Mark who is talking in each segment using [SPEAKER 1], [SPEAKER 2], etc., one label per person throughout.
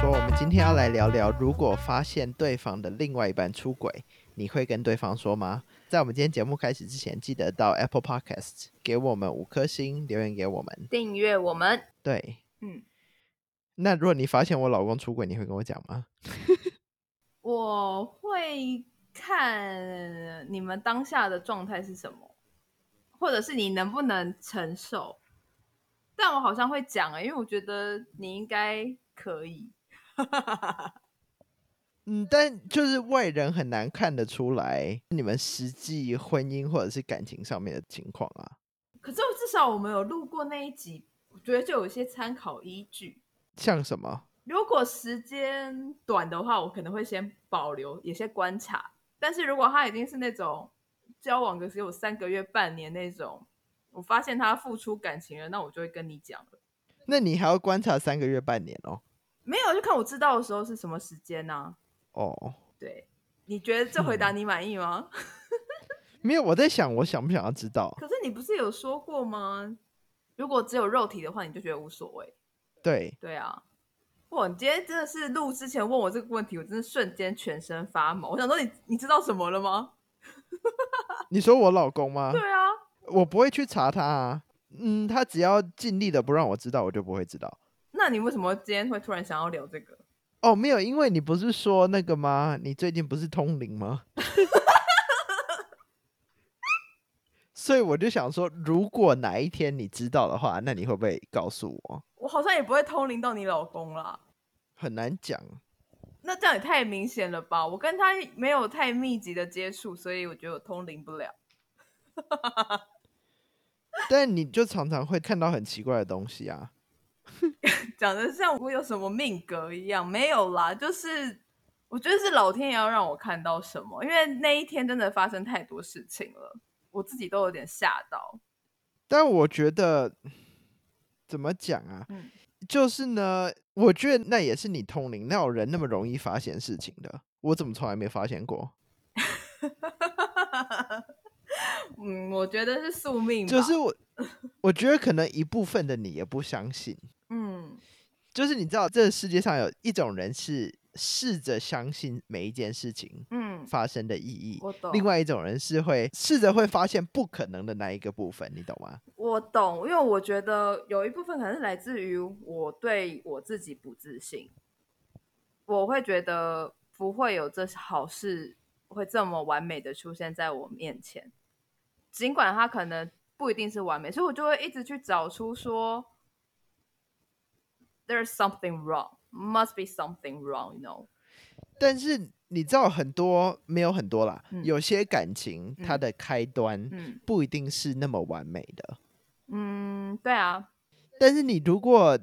[SPEAKER 1] 说，我们今天要来聊聊，如果发现对方的另外一半出轨，你会跟对方说吗？在我们今天节目开始之前，记得到 Apple Podcast 给我们五颗星，留言给我们。
[SPEAKER 2] 订阅我们。
[SPEAKER 1] 对，
[SPEAKER 2] 嗯，
[SPEAKER 1] 那如果你发现我老公出轨，你会跟我讲吗？
[SPEAKER 2] 我会看你们当下的状态是什么，或者是你能不能承受。但我好像会讲、欸，因为我觉得你应该可以。
[SPEAKER 1] 嗯，但就是外人很难看得出来你们实际婚姻或者是感情上面的情况啊。
[SPEAKER 2] 可是至少我们有录过那一集，我觉得就有一些参考依据。
[SPEAKER 1] 像什么？
[SPEAKER 2] 如果时间短的话，我可能会先保留，也先观察。但是如果他已经是那种交往个只有三个月、半年那种，我发现他付出感情了，那我就会跟你讲了。
[SPEAKER 1] 那你还要观察三个月、半年哦。
[SPEAKER 2] 没有，就看我知道的时候是什么时间呐、
[SPEAKER 1] 哦，
[SPEAKER 2] 对，你觉得这回答你满意吗？
[SPEAKER 1] 没有，我在想，我想不想要知道？
[SPEAKER 2] 可是你不是有说过吗？如果只有肉体的话，你就觉得无所谓。
[SPEAKER 1] 对，
[SPEAKER 2] 对啊，哇，你今天真的是录之前问我这个问题，我真的瞬间全身发毛。我想说你，你知道什么了吗？
[SPEAKER 1] 你说我老公吗？
[SPEAKER 2] 对啊，
[SPEAKER 1] 我不会去查他啊。嗯，他只要尽力的不让我知道，我就不会知道。
[SPEAKER 2] 那你为什么今天会突然想要聊这个？
[SPEAKER 1] 哦，没有，因为你不是说那个吗？你最近不是通灵吗？ 所以我就想说，如果哪一天你知道的话，那你会不会告诉我？
[SPEAKER 2] 我好像也不会通灵到你老公啦。
[SPEAKER 1] 很难讲。
[SPEAKER 2] 那这样也太明显了吧？我跟他没有太密集的接触，所以我觉得我通灵不了。
[SPEAKER 1] 但你就常常会看到很奇怪的东西啊。
[SPEAKER 2] 讲的像我有什么命格一样，没有啦，就是我觉得是老天爷要让我看到什么，因为那一天真的发生太多事情了，我自己都有点吓到。
[SPEAKER 1] 但我觉得怎么讲啊？
[SPEAKER 2] 嗯
[SPEAKER 1] 就是呢，我觉得那也是你通灵，那有人那么容易发现事情的？我怎么从来没发现过？
[SPEAKER 2] 嗯，我觉得是宿命吧，
[SPEAKER 1] 就是我，我觉得可能一部分的你也不相信，
[SPEAKER 2] 嗯，
[SPEAKER 1] 就是你知道，这个世界上有一种人是试着相信每一件事情
[SPEAKER 2] 嗯，
[SPEAKER 1] 发生的意义，
[SPEAKER 2] 我懂。
[SPEAKER 1] 另外一种人是会试着会发现不可能的那一个部分，你懂吗？
[SPEAKER 2] 我懂，因为我觉得有一部分可能是来自于我对我自己不自信，我会觉得不会有这好事会这么完美的出现在我面前，尽管它可能不一定是完美，所以我就会一直去找出说，there's something wrong。Must be something wrong, you know？
[SPEAKER 1] 但是你知道，很多没有很多啦，
[SPEAKER 2] 嗯
[SPEAKER 1] 有些感情它
[SPEAKER 2] 嗯
[SPEAKER 1] 的开端
[SPEAKER 2] 嗯
[SPEAKER 1] 不一定是那么完美的。
[SPEAKER 2] 嗯，对啊，
[SPEAKER 1] 但是你如果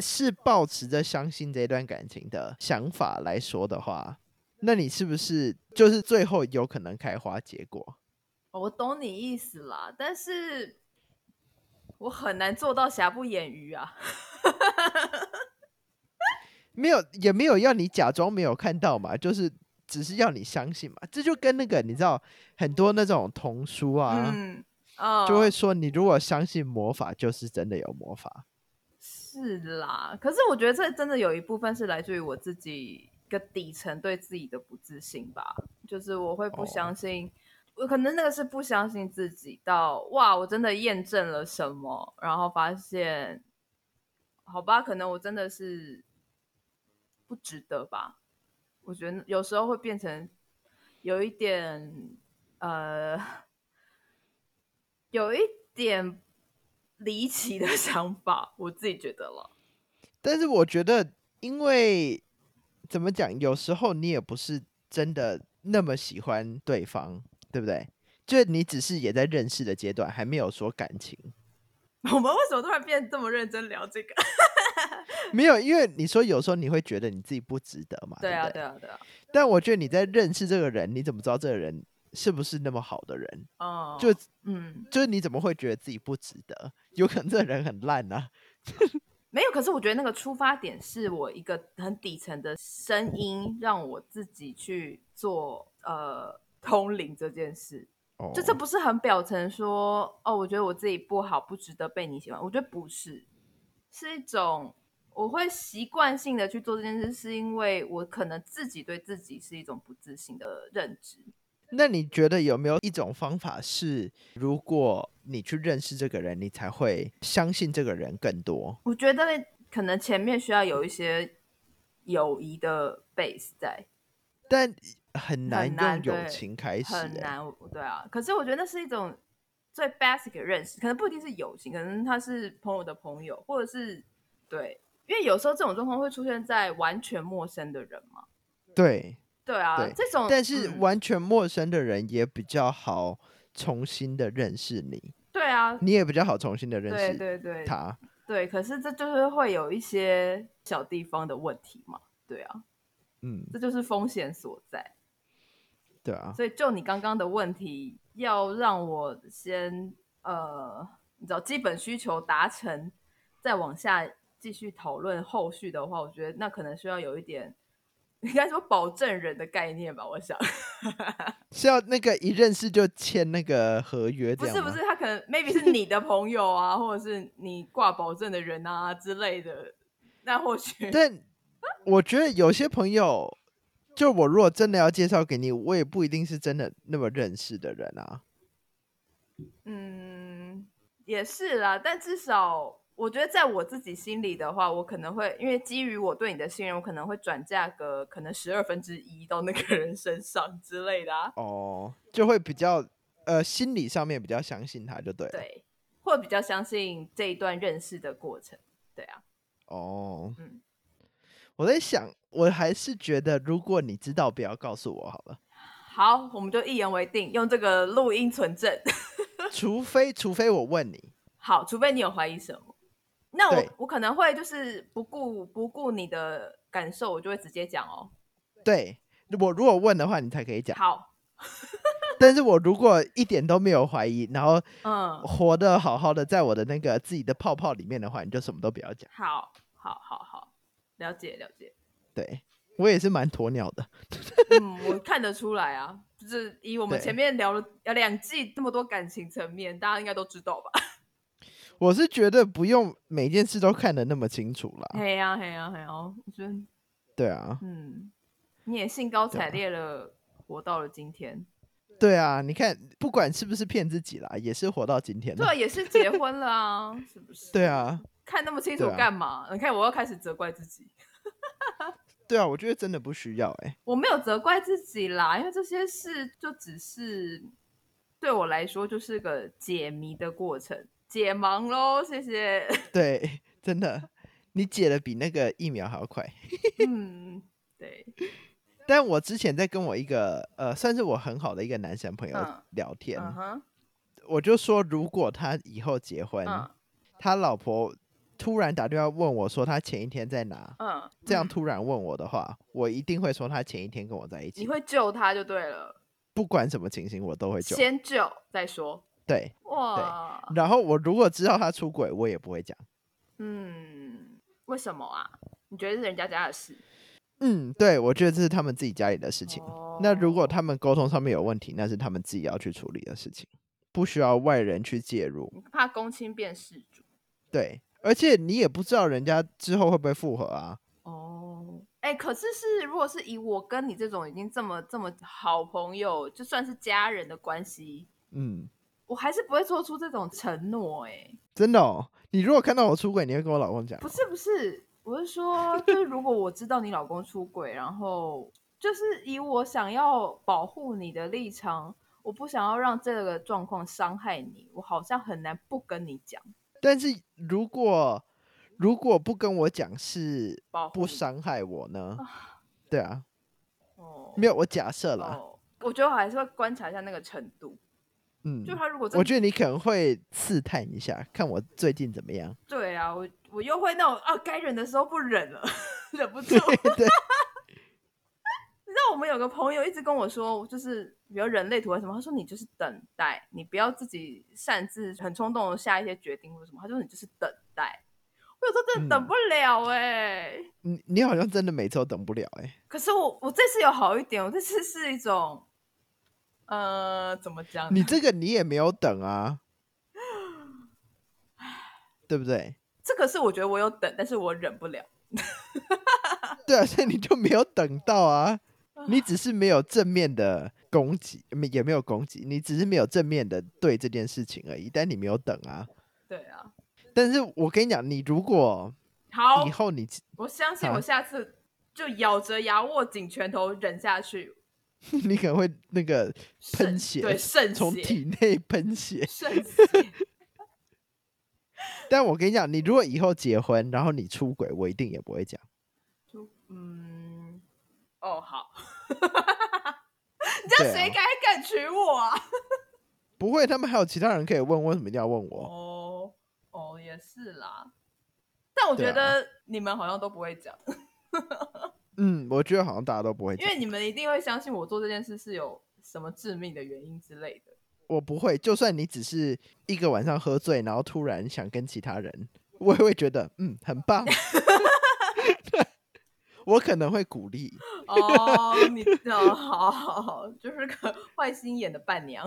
[SPEAKER 1] 是抱持着相信这段感情的想法来说的话，那你是不是就是最后有可能开花结果？
[SPEAKER 2] 我懂你意思啦，但是我很难做到瑕不掩瑜啊。
[SPEAKER 1] 没有，也没有要你假装没有看到嘛，就是只是要你相信嘛。这就跟那个你知道很多那种童书啊，
[SPEAKER 2] 嗯，啊
[SPEAKER 1] 就会说你如果相信魔法，就是真的有魔法。
[SPEAKER 2] 是啦。可是我觉得这真的有一部分是来自于我自己一个底层对自己的不自信吧，就是我会不
[SPEAKER 1] 哦
[SPEAKER 2] 相信，我可能那个是不相信自己到哇，我真的验证了什么，然后发现，好吧，可能我真的是不值得吧。我觉得有时候会变成有一点呃，有一点离奇的想法，我自己觉得了。
[SPEAKER 1] 但是我觉得，因为怎么讲，有时候你也不是真的那么喜欢对方，对不对？就你只是也在认识的阶段，还没有说感情。
[SPEAKER 2] 我们为什么突然变得这么认真聊这个？
[SPEAKER 1] 没有，因为你说有时候你会觉得你自己不值得嘛，
[SPEAKER 2] 对啊，
[SPEAKER 1] 不对
[SPEAKER 2] 对啊，对啊，
[SPEAKER 1] 但我觉得你在认识这个人，你怎么知道这个人是不是那么好的人？
[SPEAKER 2] 哦、
[SPEAKER 1] 就
[SPEAKER 2] 嗯，
[SPEAKER 1] 就是你怎么会觉得自己不值得？有可能这个人很烂啊。
[SPEAKER 2] 没有。可是我觉得那个出发点是我一个很底层的声音，让我自己去做呃通灵这件事。
[SPEAKER 1] 哦
[SPEAKER 2] 就这不是很表层说哦，我觉得我自己不好，不值得被你喜欢。我觉得不是，是一种我会习惯性的去做这件事，是因为我可能自己对自己是一种不自信的认知。
[SPEAKER 1] 那你觉得有没有一种方法是，如果你去认识这个人，你才会相信这个人更多？
[SPEAKER 2] 我觉得可能前面需要有一些友谊的 base 在，
[SPEAKER 1] 但很难
[SPEAKER 2] 难
[SPEAKER 1] 用友
[SPEAKER 2] 对
[SPEAKER 1] 情开始、
[SPEAKER 2] 很
[SPEAKER 1] 欸。
[SPEAKER 2] 难，对啊。可是我觉得那是一种最 basic 的认识，可能不一定是友情，可能他是朋友的朋友，或者是对，因为有时候这种状况会出现在完全陌生的人嘛。
[SPEAKER 1] 对，
[SPEAKER 2] 对啊，
[SPEAKER 1] 对
[SPEAKER 2] 这种
[SPEAKER 1] 但是
[SPEAKER 2] 嗯
[SPEAKER 1] 完全陌生的人也比较好重新的认识你，
[SPEAKER 2] 对啊，
[SPEAKER 1] 你也比较好重新的认
[SPEAKER 2] 对
[SPEAKER 1] 识
[SPEAKER 2] 对对
[SPEAKER 1] 他。
[SPEAKER 2] 对，可是这就是会有一些小地方的问题嘛。对啊，
[SPEAKER 1] 嗯，
[SPEAKER 2] 这就是风险所在。
[SPEAKER 1] 对啊，
[SPEAKER 2] 所以就你刚刚的问题，要让我先呃，你知道基本需求达成，再往下继续讨论后续的话，我觉得那可能需要有一点，应该说保证人的概念吧。我想
[SPEAKER 1] 是要那个一认识就签那个合约这
[SPEAKER 2] 不
[SPEAKER 1] 样
[SPEAKER 2] 是
[SPEAKER 1] 吗？
[SPEAKER 2] 不是，他可能 maybe 是你的朋友啊，或者是你挂保证的人啊之类的，那或 许
[SPEAKER 1] 但我觉得有些朋友，就我如果真的要介绍给你，我也不一定是真的那么认识的人啊。
[SPEAKER 2] 嗯，也是啦，但至少我觉得在我自己心里的话，我可能会因为基于我对你的信任，我可能会转嫁个可能十二分之一到那个人身上之类的、 啊，
[SPEAKER 1] 哦，就会比较呃心理上面比较相信他就对了。
[SPEAKER 2] 对，或比较相信这一段认识的过程，对啊，
[SPEAKER 1] 哦，
[SPEAKER 2] 嗯
[SPEAKER 1] 我在想，我还是觉得如果你知道，不要告诉我好了。
[SPEAKER 2] 好，我们就一言为定，用这个录音存证，
[SPEAKER 1] 除非除非我问你，
[SPEAKER 2] 好，除非你有怀疑什么，那我
[SPEAKER 1] 对
[SPEAKER 2] 我可能会就是不顾不顾你的感受，我就会直接讲哦，
[SPEAKER 1] 对我如果问的话，你才可以讲。
[SPEAKER 2] 好，
[SPEAKER 1] 但是我如果一点都没有怀疑，然后
[SPEAKER 2] 嗯，
[SPEAKER 1] 活得好好的，在我的那个自己的泡泡里面的话，你就什么都不要讲。
[SPEAKER 2] 好，好，好，好，了解，了解。
[SPEAKER 1] 对我也是蛮鸵鸟的，
[SPEAKER 2] 嗯，我看得出来啊，就是以我们
[SPEAKER 1] 对
[SPEAKER 2] 前面聊了聊两季这么多感情层面，大家应该都知道吧？
[SPEAKER 1] 我是觉得不用每件事都看得那么清楚啦。
[SPEAKER 2] 嘿呀，嘿呀，嘿呀！我觉得，
[SPEAKER 1] 对啊，
[SPEAKER 2] 嗯，你也兴高
[SPEAKER 1] 对啊
[SPEAKER 2] 采烈了，活到了今天，
[SPEAKER 1] 对啊，你看，不管是不是骗自己啦，也是活到今天
[SPEAKER 2] 对
[SPEAKER 1] 了。
[SPEAKER 2] 啊，也是结婚了啊，是不 是？
[SPEAKER 1] 对，啊，
[SPEAKER 2] 看那么清楚
[SPEAKER 1] 对啊
[SPEAKER 2] 干嘛？你看，我又开始责怪自己，
[SPEAKER 1] 对啊，我觉得真的不需要哎、
[SPEAKER 2] 我没有责怪自己啦，因为这些事就只是对我来说就是个解谜的过程，解盲喽，谢谢。
[SPEAKER 1] 对， 真的，你解的比那个疫苗还要快。
[SPEAKER 2] 嗯，对，
[SPEAKER 1] 但我之前在跟我一个呃，算是我很好的一个男生朋友
[SPEAKER 2] 嗯
[SPEAKER 1] 聊天，
[SPEAKER 2] 嗯哼，
[SPEAKER 1] 我就说，如果他以后结婚，
[SPEAKER 2] 嗯
[SPEAKER 1] 他老婆突然打电话问我说他前一天在哪，
[SPEAKER 2] 嗯，
[SPEAKER 1] 这样
[SPEAKER 2] 嗯
[SPEAKER 1] 突然问我的话，我一定会说他前一天跟我在一
[SPEAKER 2] 你
[SPEAKER 1] 起，
[SPEAKER 2] 会救他就对了，
[SPEAKER 1] 不管什么情形我都会救。
[SPEAKER 2] 先哦救再说。
[SPEAKER 1] 对，
[SPEAKER 2] 哇，
[SPEAKER 1] 然后我如果知道他出轨，我也不会讲。
[SPEAKER 2] 嗯，为什么啊？你觉得是人家家的事？
[SPEAKER 1] 嗯，对，我觉得这是他们自己家里的事
[SPEAKER 2] 哦
[SPEAKER 1] 情。那如果他们沟通上面有问题，那是他们自己要去处理的事情，不需要外人去介入。
[SPEAKER 2] 你怕公亲变事主
[SPEAKER 1] 对，而且你也不知道人家之后会不会复合啊。
[SPEAKER 2] 哦。哎、可是是如果是以我跟你这种已经这么这么好朋友，就算是家人的关系，
[SPEAKER 1] 嗯，
[SPEAKER 2] 我还是不会做出这种承诺、哎，
[SPEAKER 1] 真的哦。你如果看到我出轨，你会跟我老公讲？
[SPEAKER 2] 不是不是，我是说，就是如果我知道你老公出轨，然后就是以我想要保护你的立场，我不想要让这个状况伤害你，我好像很难不跟你讲
[SPEAKER 1] 但是如果如果不跟我讲是
[SPEAKER 2] 保护
[SPEAKER 1] 不
[SPEAKER 2] 你
[SPEAKER 1] 伤害我呢？对啊，
[SPEAKER 2] 哦，
[SPEAKER 1] 没有，我假设啦。
[SPEAKER 2] 哦，我觉得我还是会观察一下那个程度，
[SPEAKER 1] 嗯，
[SPEAKER 2] 就他如果真
[SPEAKER 1] 我
[SPEAKER 2] 的
[SPEAKER 1] 觉得你可能会试探一下，看我最近怎么 样。
[SPEAKER 2] 对啊，我我又会那种啊，该忍的时候不忍了， 忍不住。
[SPEAKER 1] 对，
[SPEAKER 2] 你知道我们有个朋友一直跟我说，就是比如人类图还是什么，他说你就是等待，你不要自己擅自很冲动的下一些决定或什么，他说你就是等待。我有时候
[SPEAKER 1] 嗯
[SPEAKER 2] 真的等不了哎、
[SPEAKER 1] 你你好像真的每周等不了哎、
[SPEAKER 2] 可是我我这次有好一点，我这次是一种，呃，怎么讲？
[SPEAKER 1] 你这个你也没有等 啊，对不对？
[SPEAKER 2] 这个是我觉得我有等，但是我忍不了。
[SPEAKER 1] 对啊，所以你就没有等到啊，你只是没有正面的攻击，没也没有攻击，你只是没有正面的对这件事情而已。但你没有等啊。
[SPEAKER 2] 对啊，
[SPEAKER 1] 但是我跟你讲，你如果
[SPEAKER 2] 好
[SPEAKER 1] 以，后你
[SPEAKER 2] 我相信
[SPEAKER 1] 好
[SPEAKER 2] 我下次就咬着牙握紧拳头忍下去，
[SPEAKER 1] 你可能会那个
[SPEAKER 2] 渗
[SPEAKER 1] 喷血，
[SPEAKER 2] 对，渗
[SPEAKER 1] 从
[SPEAKER 2] 血，
[SPEAKER 1] 体内喷血。
[SPEAKER 2] 渗 血，
[SPEAKER 1] 但我跟你讲，你如果以后结婚，然后你出轨，我一定也不会讲。
[SPEAKER 2] 就嗯，哦，好， 你这样
[SPEAKER 1] 对啊
[SPEAKER 2] 谁敢敢娶我啊？
[SPEAKER 1] 不会，他们还有其他人可以问，为什么一定要问我？
[SPEAKER 2] 哦哦，也是啦，但我
[SPEAKER 1] 对
[SPEAKER 2] 觉
[SPEAKER 1] 啊
[SPEAKER 2] 得你们好像都不会讲。
[SPEAKER 1] 嗯，我觉得好像大家都不会
[SPEAKER 2] 因
[SPEAKER 1] 讲，
[SPEAKER 2] 为你们一定会相信我做这件事是有什么致命的原因之类的。
[SPEAKER 1] 我不会。就算你只是一个晚上喝醉，然后突然想跟其他人，我也会觉得嗯很 棒。我可能会鼓励，
[SPEAKER 2] 哦，你哦，好好好，就是个坏心眼的伴娘。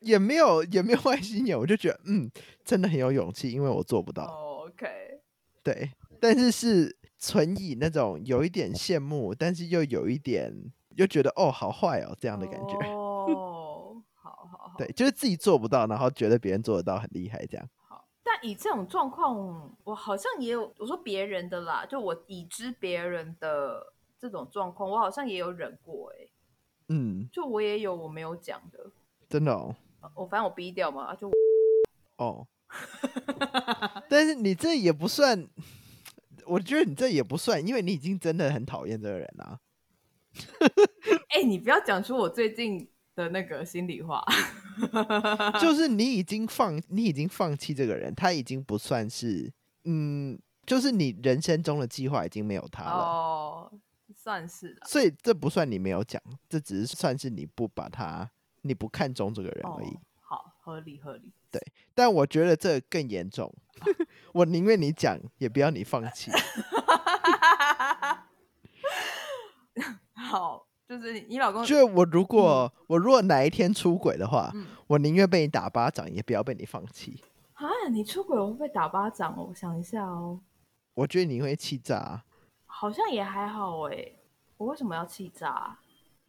[SPEAKER 1] 也没有也没有坏心眼，我就觉得嗯真的很有勇气，因为我做不到。
[SPEAKER 2] 哦、OK，
[SPEAKER 1] 对，但是是存以那种有一点羡慕，但是又有一点又觉得哦好坏哦这
[SPEAKER 2] 这
[SPEAKER 1] 样的感觉。
[SPEAKER 2] 哦，好好好。
[SPEAKER 1] 对，就是自己做不到，然后觉得别人做得到很厉害，这样。
[SPEAKER 2] 好，但以这种状况，我好像也有我说别人的啦，就我已知别人的这种状况，我好像也有忍过哎、
[SPEAKER 1] 嗯，
[SPEAKER 2] 就我也有我没有讲的，
[SPEAKER 1] 真的哦。
[SPEAKER 2] 呃我反正我逼掉嘛，就
[SPEAKER 1] 哦但是你这也不算，我觉得你这也不算，因为你已经真的很讨厌这个人啊啦、
[SPEAKER 2] 哎、你不要讲出我最近的那个心里话。
[SPEAKER 1] 就是你已经放，你已经放弃这个人，他已经不算是，嗯，就是你人生中的计划已经没有他了。
[SPEAKER 2] 哦，算是啦。
[SPEAKER 1] 所以这不算你没有讲，这只是算是你不把他，你不看重这个人而已。
[SPEAKER 2] 哦，好，合理合理。
[SPEAKER 1] 但我觉得这更严重， 我宁愿你讲，也不要你放弃。
[SPEAKER 2] 好，就是你你老公，
[SPEAKER 1] 就是我如果、我如果哪一天出轨的话，
[SPEAKER 2] 哦嗯
[SPEAKER 1] 我宁愿被你打巴掌，也不要被你放弃。
[SPEAKER 2] 啊，你出轨我会被打巴掌哦。我想一下哦，
[SPEAKER 1] 我觉得你会气炸啊、
[SPEAKER 2] 好像也还好哎。我为什么要气炸啊？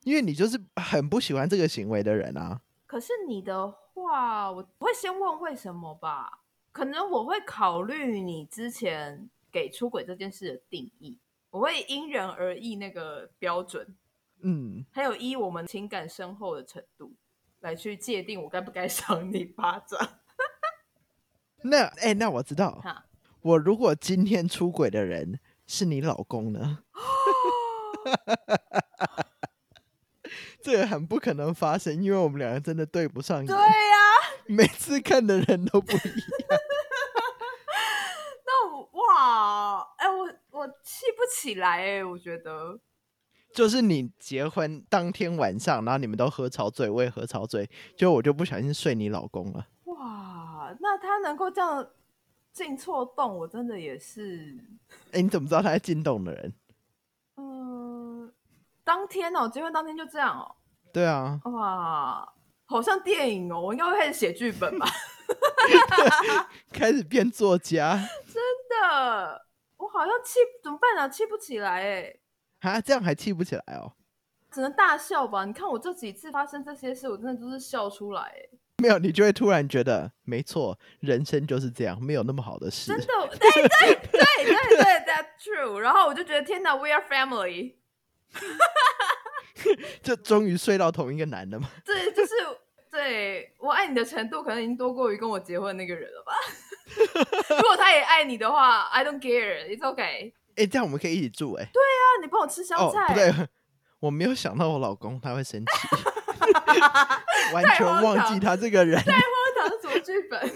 [SPEAKER 1] 因为你就是很不喜欢这个行为的人啊。
[SPEAKER 2] 可是你的话，我会先问为什么吧。可能我会考虑你之前给出轨这件事的定义，我会因人而异那个标准。
[SPEAKER 1] 嗯，
[SPEAKER 2] 还有依我们情感深厚的程度来去界定我该不该 赏你巴掌。
[SPEAKER 1] 那哎、那我知道，
[SPEAKER 2] 哈，
[SPEAKER 1] 我如果今天出轨的人是你老公 呢？这个很不可能发生，因为我们两个真的对不上
[SPEAKER 2] 对
[SPEAKER 1] 眼，
[SPEAKER 2] 呀、
[SPEAKER 1] 每次看的人都不一样。
[SPEAKER 2] 那我哇，哎、我我气不起来哎、我觉得
[SPEAKER 1] 就是你结婚当天晚上，然后你们都喝超醉，我也喝超醉，就我就不小心睡你老公了。
[SPEAKER 2] 哇，那他能够这样进错洞，我真的也是，
[SPEAKER 1] 哎，你怎么知道他是进洞的人？
[SPEAKER 2] 嗯、当天哦，结婚当天就这样哦，
[SPEAKER 1] 对啊，
[SPEAKER 2] 哇，好像电影哦，我应该会开始写剧本吧。
[SPEAKER 1] 开始变作家
[SPEAKER 2] 真的，我好像气怎么办啊？气不起来哎、
[SPEAKER 1] 啊，这样还气不起来哦？
[SPEAKER 2] 只能大笑吧。你看我这几次发生这些事，我真的就是笑出来欸，
[SPEAKER 1] 没有，你就会突然觉得，没错，人生就是这样，没有那么好的事
[SPEAKER 2] 真。的，对对对对对，That's true。然后我就觉得天哪，We are family，
[SPEAKER 1] 就终于睡到同一个男的嘛。
[SPEAKER 2] 这就是对我爱你的程度，可能已经多过于跟我结婚那个人了吧。 如果他也爱你的话，I don't care，it's okay。
[SPEAKER 1] 哎、这样我们可以一起住哎、
[SPEAKER 2] 那你帮我吃香
[SPEAKER 1] 哦，
[SPEAKER 2] 啊
[SPEAKER 1] 不
[SPEAKER 2] 菜，
[SPEAKER 1] 对，我没有想到我老公他会生气， 完
[SPEAKER 2] 太
[SPEAKER 1] 全
[SPEAKER 2] 荒
[SPEAKER 1] 忘
[SPEAKER 2] 唐
[SPEAKER 1] 记他这个人。
[SPEAKER 2] 荒唐是什么剧本？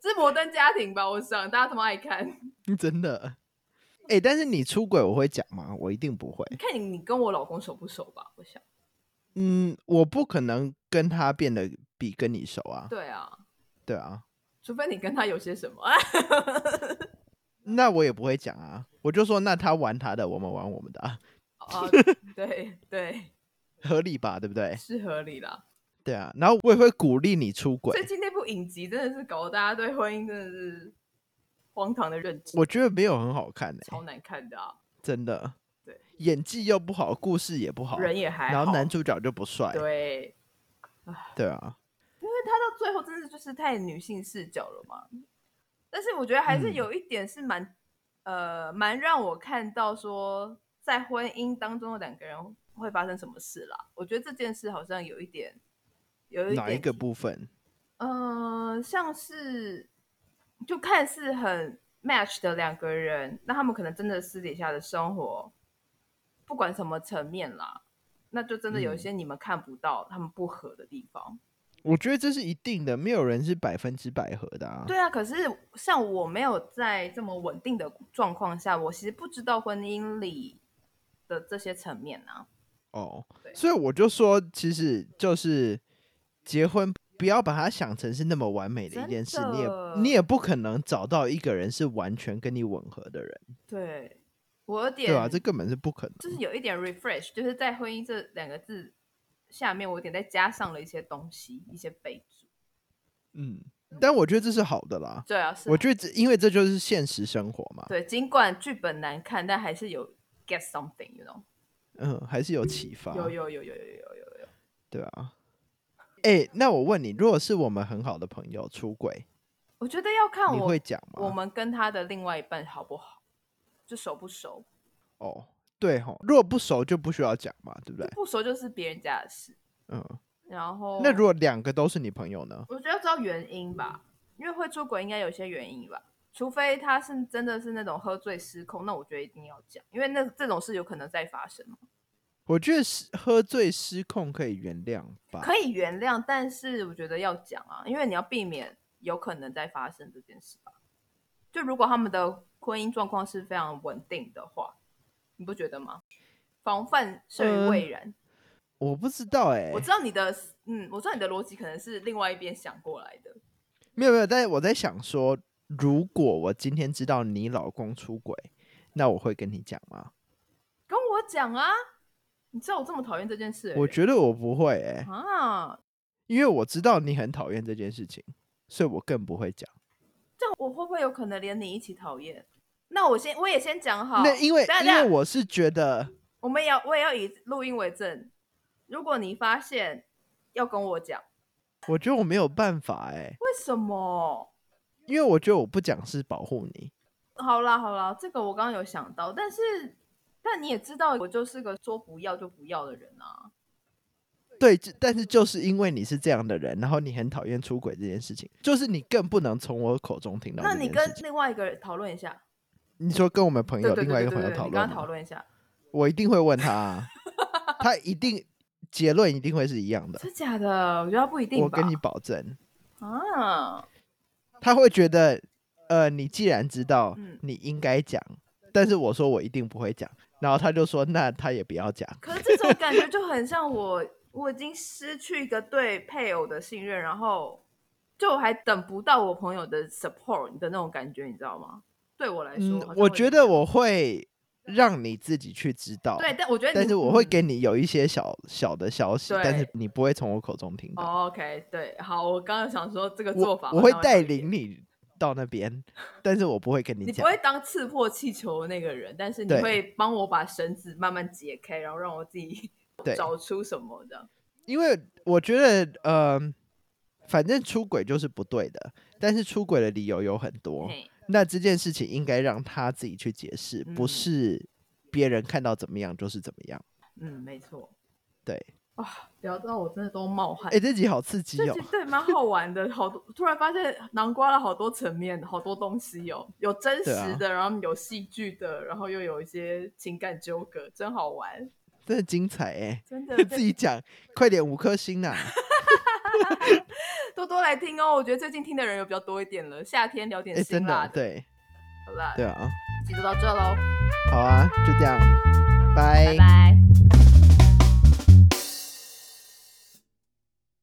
[SPEAKER 2] 这是摩登家庭吧？我想大家他妈爱看。
[SPEAKER 1] 真的。哎、但是你出轨我会讲吗？我一定不会。
[SPEAKER 2] 看你你跟我老公熟不熟吧？我想，
[SPEAKER 1] 嗯，我不可能跟他变得比跟你熟啊。
[SPEAKER 2] 对啊，
[SPEAKER 1] 对啊，
[SPEAKER 2] 除非你跟他有些什么。啊
[SPEAKER 1] 那我也不会讲啊。我就说，那他玩他的，我们玩我们的、啊，
[SPEAKER 2] 哦，对对，
[SPEAKER 1] 合理吧？对不对？
[SPEAKER 2] 是合理啦。
[SPEAKER 1] 对啊。然后我也会鼓励你出轨
[SPEAKER 2] 最。近那部影集真的是搞得大家对婚姻真的是荒唐的认知，
[SPEAKER 1] 我觉得没有很好看诶、
[SPEAKER 2] 超难看的啊，
[SPEAKER 1] 真的。
[SPEAKER 2] 对，
[SPEAKER 1] 演技又不好，故事也不好，
[SPEAKER 2] 人也还
[SPEAKER 1] 哦
[SPEAKER 2] 好。
[SPEAKER 1] 然后男主角就不帅，
[SPEAKER 2] 对，
[SPEAKER 1] 对啊，
[SPEAKER 2] 因为他到最后真的就是太女性视角了嘛。但是我觉得还是
[SPEAKER 1] 嗯
[SPEAKER 2] 有一点是蛮、呃蛮让我看到说，在婚姻当中的两个人会发生什么事啦。我觉得这件事好像有一点有一点
[SPEAKER 1] 哪一个部分？
[SPEAKER 2] 呃，像是就看似很 match 的两个人，那他们可能真的私底下的生活，不管什么层面啦，那就真的有一
[SPEAKER 1] 嗯
[SPEAKER 2] 些你们看不到他们不合的地方。
[SPEAKER 1] 我觉得这是一定的，没有人是百分之百合的啊。
[SPEAKER 2] 对啊，可是像我没有在这么稳定的状况下，我其实不知道婚姻里的这些层面啊。
[SPEAKER 1] 哦
[SPEAKER 2] 对，
[SPEAKER 1] 所以我就说，其实就是结婚，不要把它想成是那么完美的一
[SPEAKER 2] 真
[SPEAKER 1] 件事，你
[SPEAKER 2] 的
[SPEAKER 1] 也你也不可能找到一个人是完全跟你吻合的人，
[SPEAKER 2] 对，我有点
[SPEAKER 1] 对啊，这根本是不可能。
[SPEAKER 2] 就是有一点 refresh，就是在婚姻这两个字下面，我有点再加上了一些东西，一些备注。
[SPEAKER 1] 嗯，但我觉得这是好的啦。
[SPEAKER 2] 对啊，是
[SPEAKER 1] 我觉得这，因为这就是现实生活嘛，
[SPEAKER 2] 对，尽管剧本难看，但还是有 get something，you know？
[SPEAKER 1] 嗯，还是有启发，
[SPEAKER 2] 有有有有有有有有，
[SPEAKER 1] 对啊。哎、那我问你，如果是我们很好的朋友出轨，
[SPEAKER 2] 我觉得要看
[SPEAKER 1] 你
[SPEAKER 2] 我
[SPEAKER 1] 会讲吗？
[SPEAKER 2] 我们跟他的另外一半好不好，就熟不熟。
[SPEAKER 1] 哦，对吼，如果不熟就不需要讲嘛，对不对？
[SPEAKER 2] 不熟就是别人家的事。
[SPEAKER 1] 嗯，
[SPEAKER 2] 然后，
[SPEAKER 1] 那如果两个都是你朋友呢？
[SPEAKER 2] 我觉得要知道原因吧，因为会出轨应该有些原因吧，除非他是真的是那种喝醉失控，那我觉得一定要讲，因为那这种事有可能再发生嘛，
[SPEAKER 1] 我觉得是喝醉失控可以原谅吧。
[SPEAKER 2] 可以原谅，但是我觉得要讲啊，因为你要避免有可能再发生这件事吧。就如果他们的婚姻状况是非常稳定的话，你不觉得吗？防范胜于
[SPEAKER 1] 嗯
[SPEAKER 2] 未然。
[SPEAKER 1] 我不知道哎、
[SPEAKER 2] 我知道你的，嗯，我知道你的逻辑可能是另外一边想过来的。
[SPEAKER 1] 没有没有，但是我在想说，如果我今天知道你老公出轨，那我会跟你讲吗？
[SPEAKER 2] 跟我讲啊！你知道我这么讨厌这件事的人，
[SPEAKER 1] 我觉得我不会哎、
[SPEAKER 2] 啊，
[SPEAKER 1] 因为我知道你很讨厌这件事情，所以我更不会讲。
[SPEAKER 2] 这样我会不会有可能连你一起讨厌？那我先我也先讲好，
[SPEAKER 1] 那因为
[SPEAKER 2] 等一
[SPEAKER 1] 因
[SPEAKER 2] 下
[SPEAKER 1] 为我是觉得，
[SPEAKER 2] 我们也要我也要以录音为证。如果你发现要跟我讲，
[SPEAKER 1] 我觉得我没有办法哎、
[SPEAKER 2] 为什么？
[SPEAKER 1] 因为我觉得我不讲是保护你。
[SPEAKER 2] 好啦好啦，这个我刚刚有想到，但是但你也知道，我就是个说不要就不要的人啊。
[SPEAKER 1] 对，就但是就是因为你是这样的人，然后你很讨厌出轨这件事情，就是你更不能从我口中听到这
[SPEAKER 2] 那
[SPEAKER 1] 件事情。
[SPEAKER 2] 你跟另外一个人讨论一下，
[SPEAKER 1] 你说跟我们朋
[SPEAKER 2] 对
[SPEAKER 1] 友
[SPEAKER 2] 对
[SPEAKER 1] 另外一
[SPEAKER 2] 对对
[SPEAKER 1] 个朋友
[SPEAKER 2] 对对，
[SPEAKER 1] 讨
[SPEAKER 2] 你跟他
[SPEAKER 1] 论
[SPEAKER 2] 讨
[SPEAKER 1] 吗，
[SPEAKER 2] 论一下，
[SPEAKER 1] 我一定会问他 啊、他一定结论一定会是一样的，
[SPEAKER 2] 真假的？我觉得不一定吧。
[SPEAKER 1] 我跟你保证，
[SPEAKER 2] 啊，
[SPEAKER 1] 他会觉得，呃，你既然知道
[SPEAKER 2] 嗯，
[SPEAKER 1] 你应该讲，但是我说我一定不会讲，然后他就说那他也不要讲，
[SPEAKER 2] 可是这种感觉就很像我，我已经失去一个对配偶的信任，然后就我还等不到我朋友的 support 的那种感觉，你知道吗？对我来说，
[SPEAKER 1] 嗯
[SPEAKER 2] 好像，
[SPEAKER 1] 我
[SPEAKER 2] 有
[SPEAKER 1] 觉
[SPEAKER 2] 点
[SPEAKER 1] 得我会让你自己去知道，
[SPEAKER 2] 对，但我觉得你，
[SPEAKER 1] 但是我会
[SPEAKER 2] 嗯
[SPEAKER 1] 给你有一些小小的消息，但是你不会从我口中听到。
[SPEAKER 2] 哦 OK，对，好，我刚刚想说这个做
[SPEAKER 1] 我
[SPEAKER 2] 法，
[SPEAKER 1] 我会
[SPEAKER 2] 稍微
[SPEAKER 1] 带
[SPEAKER 2] 好一点
[SPEAKER 1] 领你到那 边，但是我不会跟你
[SPEAKER 2] 你不
[SPEAKER 1] 讲。
[SPEAKER 2] 会当刺破气球的那个人，但是你
[SPEAKER 1] 对
[SPEAKER 2] 会帮我把绳子慢慢解开，然后让我自己
[SPEAKER 1] 对
[SPEAKER 2] 找出什么的。
[SPEAKER 1] 因为我觉得，呃，反正出轨就是不对的，但是出轨的理由有很多。
[SPEAKER 2] 嘿
[SPEAKER 1] 那这件事情应该让他自己去解释，不
[SPEAKER 2] 嗯
[SPEAKER 1] 是别人看到怎么样就是怎么样。
[SPEAKER 2] 嗯，没错。
[SPEAKER 1] 对，
[SPEAKER 2] 哇，聊到我真的都冒汗
[SPEAKER 1] 哎、。这集好刺激
[SPEAKER 2] 啊这
[SPEAKER 1] 哦
[SPEAKER 2] 集！对蛮好玩的，好多突然发现南瓜了好多层面，好多东西有有真
[SPEAKER 1] 对啊
[SPEAKER 2] 实的，然后有戏剧的，然后又有一些情感纠葛，真好玩，
[SPEAKER 1] 真的精彩 哎、
[SPEAKER 2] 真的
[SPEAKER 1] 自己讲，快点五颗星 呐、
[SPEAKER 2] 多多来听哦。我觉得最近听的人有比较多一点了，夏天聊
[SPEAKER 1] 哎、
[SPEAKER 2] 点辛
[SPEAKER 1] 真
[SPEAKER 2] 辣
[SPEAKER 1] 的，对
[SPEAKER 2] 好啦，
[SPEAKER 1] 对啊，
[SPEAKER 2] 集就到这喽，
[SPEAKER 1] 好啊，就这样，
[SPEAKER 2] 拜拜。